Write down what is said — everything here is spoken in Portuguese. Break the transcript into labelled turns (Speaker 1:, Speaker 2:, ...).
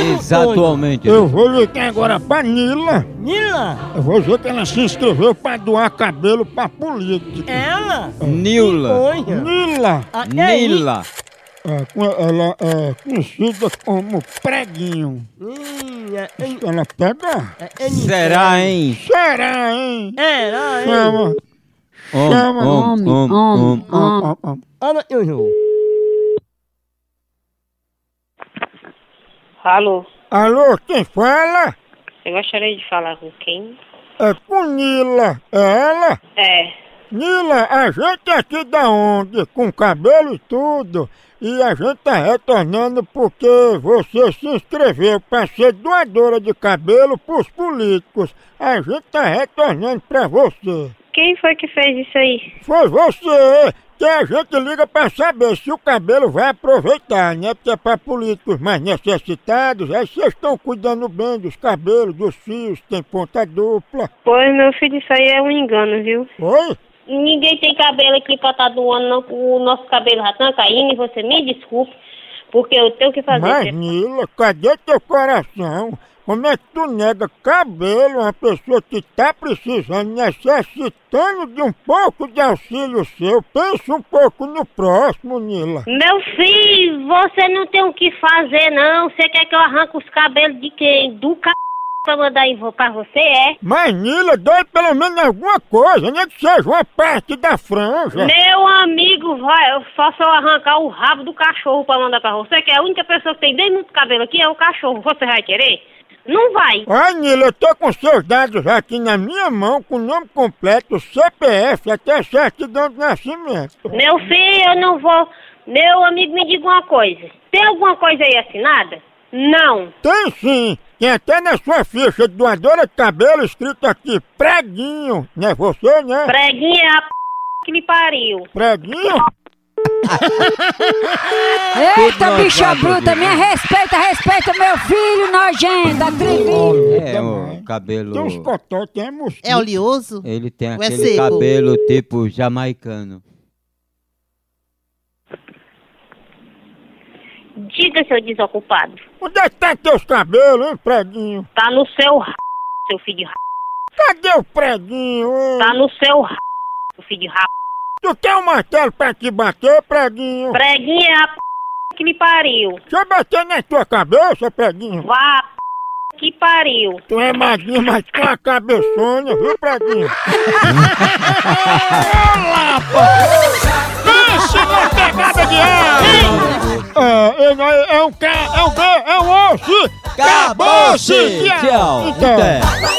Speaker 1: Exatamente.
Speaker 2: Eu vou ligar agora pra Nila.
Speaker 3: Nila?
Speaker 2: Eu vou ver que ela se inscreveu pra doar cabelo pra política.
Speaker 3: Ela?
Speaker 1: Nila.
Speaker 3: Olha.
Speaker 2: Nila
Speaker 3: Ah, e aí?
Speaker 1: Nila.
Speaker 2: é, com- ela é conhecida como preguinho.
Speaker 3: Ih, é- é-
Speaker 2: Ela pega.
Speaker 3: é- é Nila.
Speaker 1: Será, hein?
Speaker 2: Será, hein?
Speaker 3: É, não, é.
Speaker 2: Chama.
Speaker 1: Om,
Speaker 2: Chama.
Speaker 1: om, om, om.
Speaker 2: Ó, ó, ó.
Speaker 3: Olha, eu jogo.
Speaker 4: Alô,
Speaker 2: Alô, quem fala?
Speaker 4: eu gostaria de falar com quem?
Speaker 2: É com Nila. É ela?
Speaker 4: É,
Speaker 2: Nila, a gente aqui da ONG, com cabelo e tudo, e a gente tá retornando porque você se inscreveu pra ser doadora de cabelo pros políticos. A gente tá retornando pra você.
Speaker 4: quem foi que fez isso aí?
Speaker 2: Foi você que a gente liga pra saber se o cabelo vai aproveitar, né? Porque é pra políticos mais necessitados, aí vocês estão cuidando bem dos cabelos, dos fios, tem ponta dupla.
Speaker 4: Pois, meu filho, isso aí é um engano, viu?
Speaker 2: Oi?
Speaker 4: Ninguém tem cabelo aqui pra estar doando, não. O nosso cabelo já tá caindo e você me desculpe, porque eu tenho que fazer.
Speaker 2: Mas, Nila, cadê teu coração? Como é que tu nega cabelo a uma pessoa que tá precisando, necessitando de um pouco de auxílio seu? Pensa um pouco no próximo, Nila.
Speaker 4: Meu filho, você não tem o que fazer, não. Você quer que eu arranque os cabelos de quem? Do c... pra mandar em vo- pra você, é?
Speaker 2: Mas, Nila, dói pelo menos alguma coisa, nem que seja uma parte da franja.
Speaker 4: Meu amigo, vai, eu só se eu arrancar o rabo do cachorro pra mandar pra você, que é a única pessoa que tem bem muito cabelo aqui é o cachorro. Você vai querer? Não vai.
Speaker 2: Ó, Nila, eu tô com seus dados aqui na minha mão, com o nome completo, CPF, até certidão de nascimento.
Speaker 4: Meu filho, eu não vou. Meu amigo, me diga uma coisa. Tem alguma coisa aí assinada? Não.
Speaker 2: Tem sim! Tem até na sua ficha de doadora de cabelo escrito aqui, preguinho! Não é você, né?
Speaker 4: Preguinha é a p... que me pariu.
Speaker 2: Preguinho?
Speaker 5: Eita,
Speaker 1: Tudo
Speaker 5: bicha
Speaker 1: nojento,
Speaker 5: bruta,
Speaker 1: viu?
Speaker 5: me respeita, respeita meu filho nojento, atrevido.
Speaker 1: É, o cabelo.
Speaker 2: Tem uns cotó, tem mosquito.
Speaker 6: É oleoso?
Speaker 1: Ele tem
Speaker 6: Ou é
Speaker 1: aquele
Speaker 6: seco?
Speaker 1: cabelo tipo jamaicano.
Speaker 4: Diga, seu desocupado.
Speaker 2: Onde é que tá teus cabelos, hein, preguinho?
Speaker 4: Tá no seu r... seu filho de r...
Speaker 2: Cadê o preguinho, hein?
Speaker 4: Tá no seu r... seu filho de r...
Speaker 2: Tu tem um martelo pra te bater, preguinho?
Speaker 4: Preguinha é a p... que me pariu.
Speaker 2: Deixa eu bater na tua cabeça, preguinho.
Speaker 4: Vá, p... que pariu.
Speaker 2: Tu é magrinho, mas tu é uma cabeçona, viu, preguinho? Pense na pegada de ar! É, ele é, é um ca... é um B, é um osso!
Speaker 1: Acabou-se!
Speaker 2: Tchau!
Speaker 1: Tchau!
Speaker 2: Então.
Speaker 1: Até.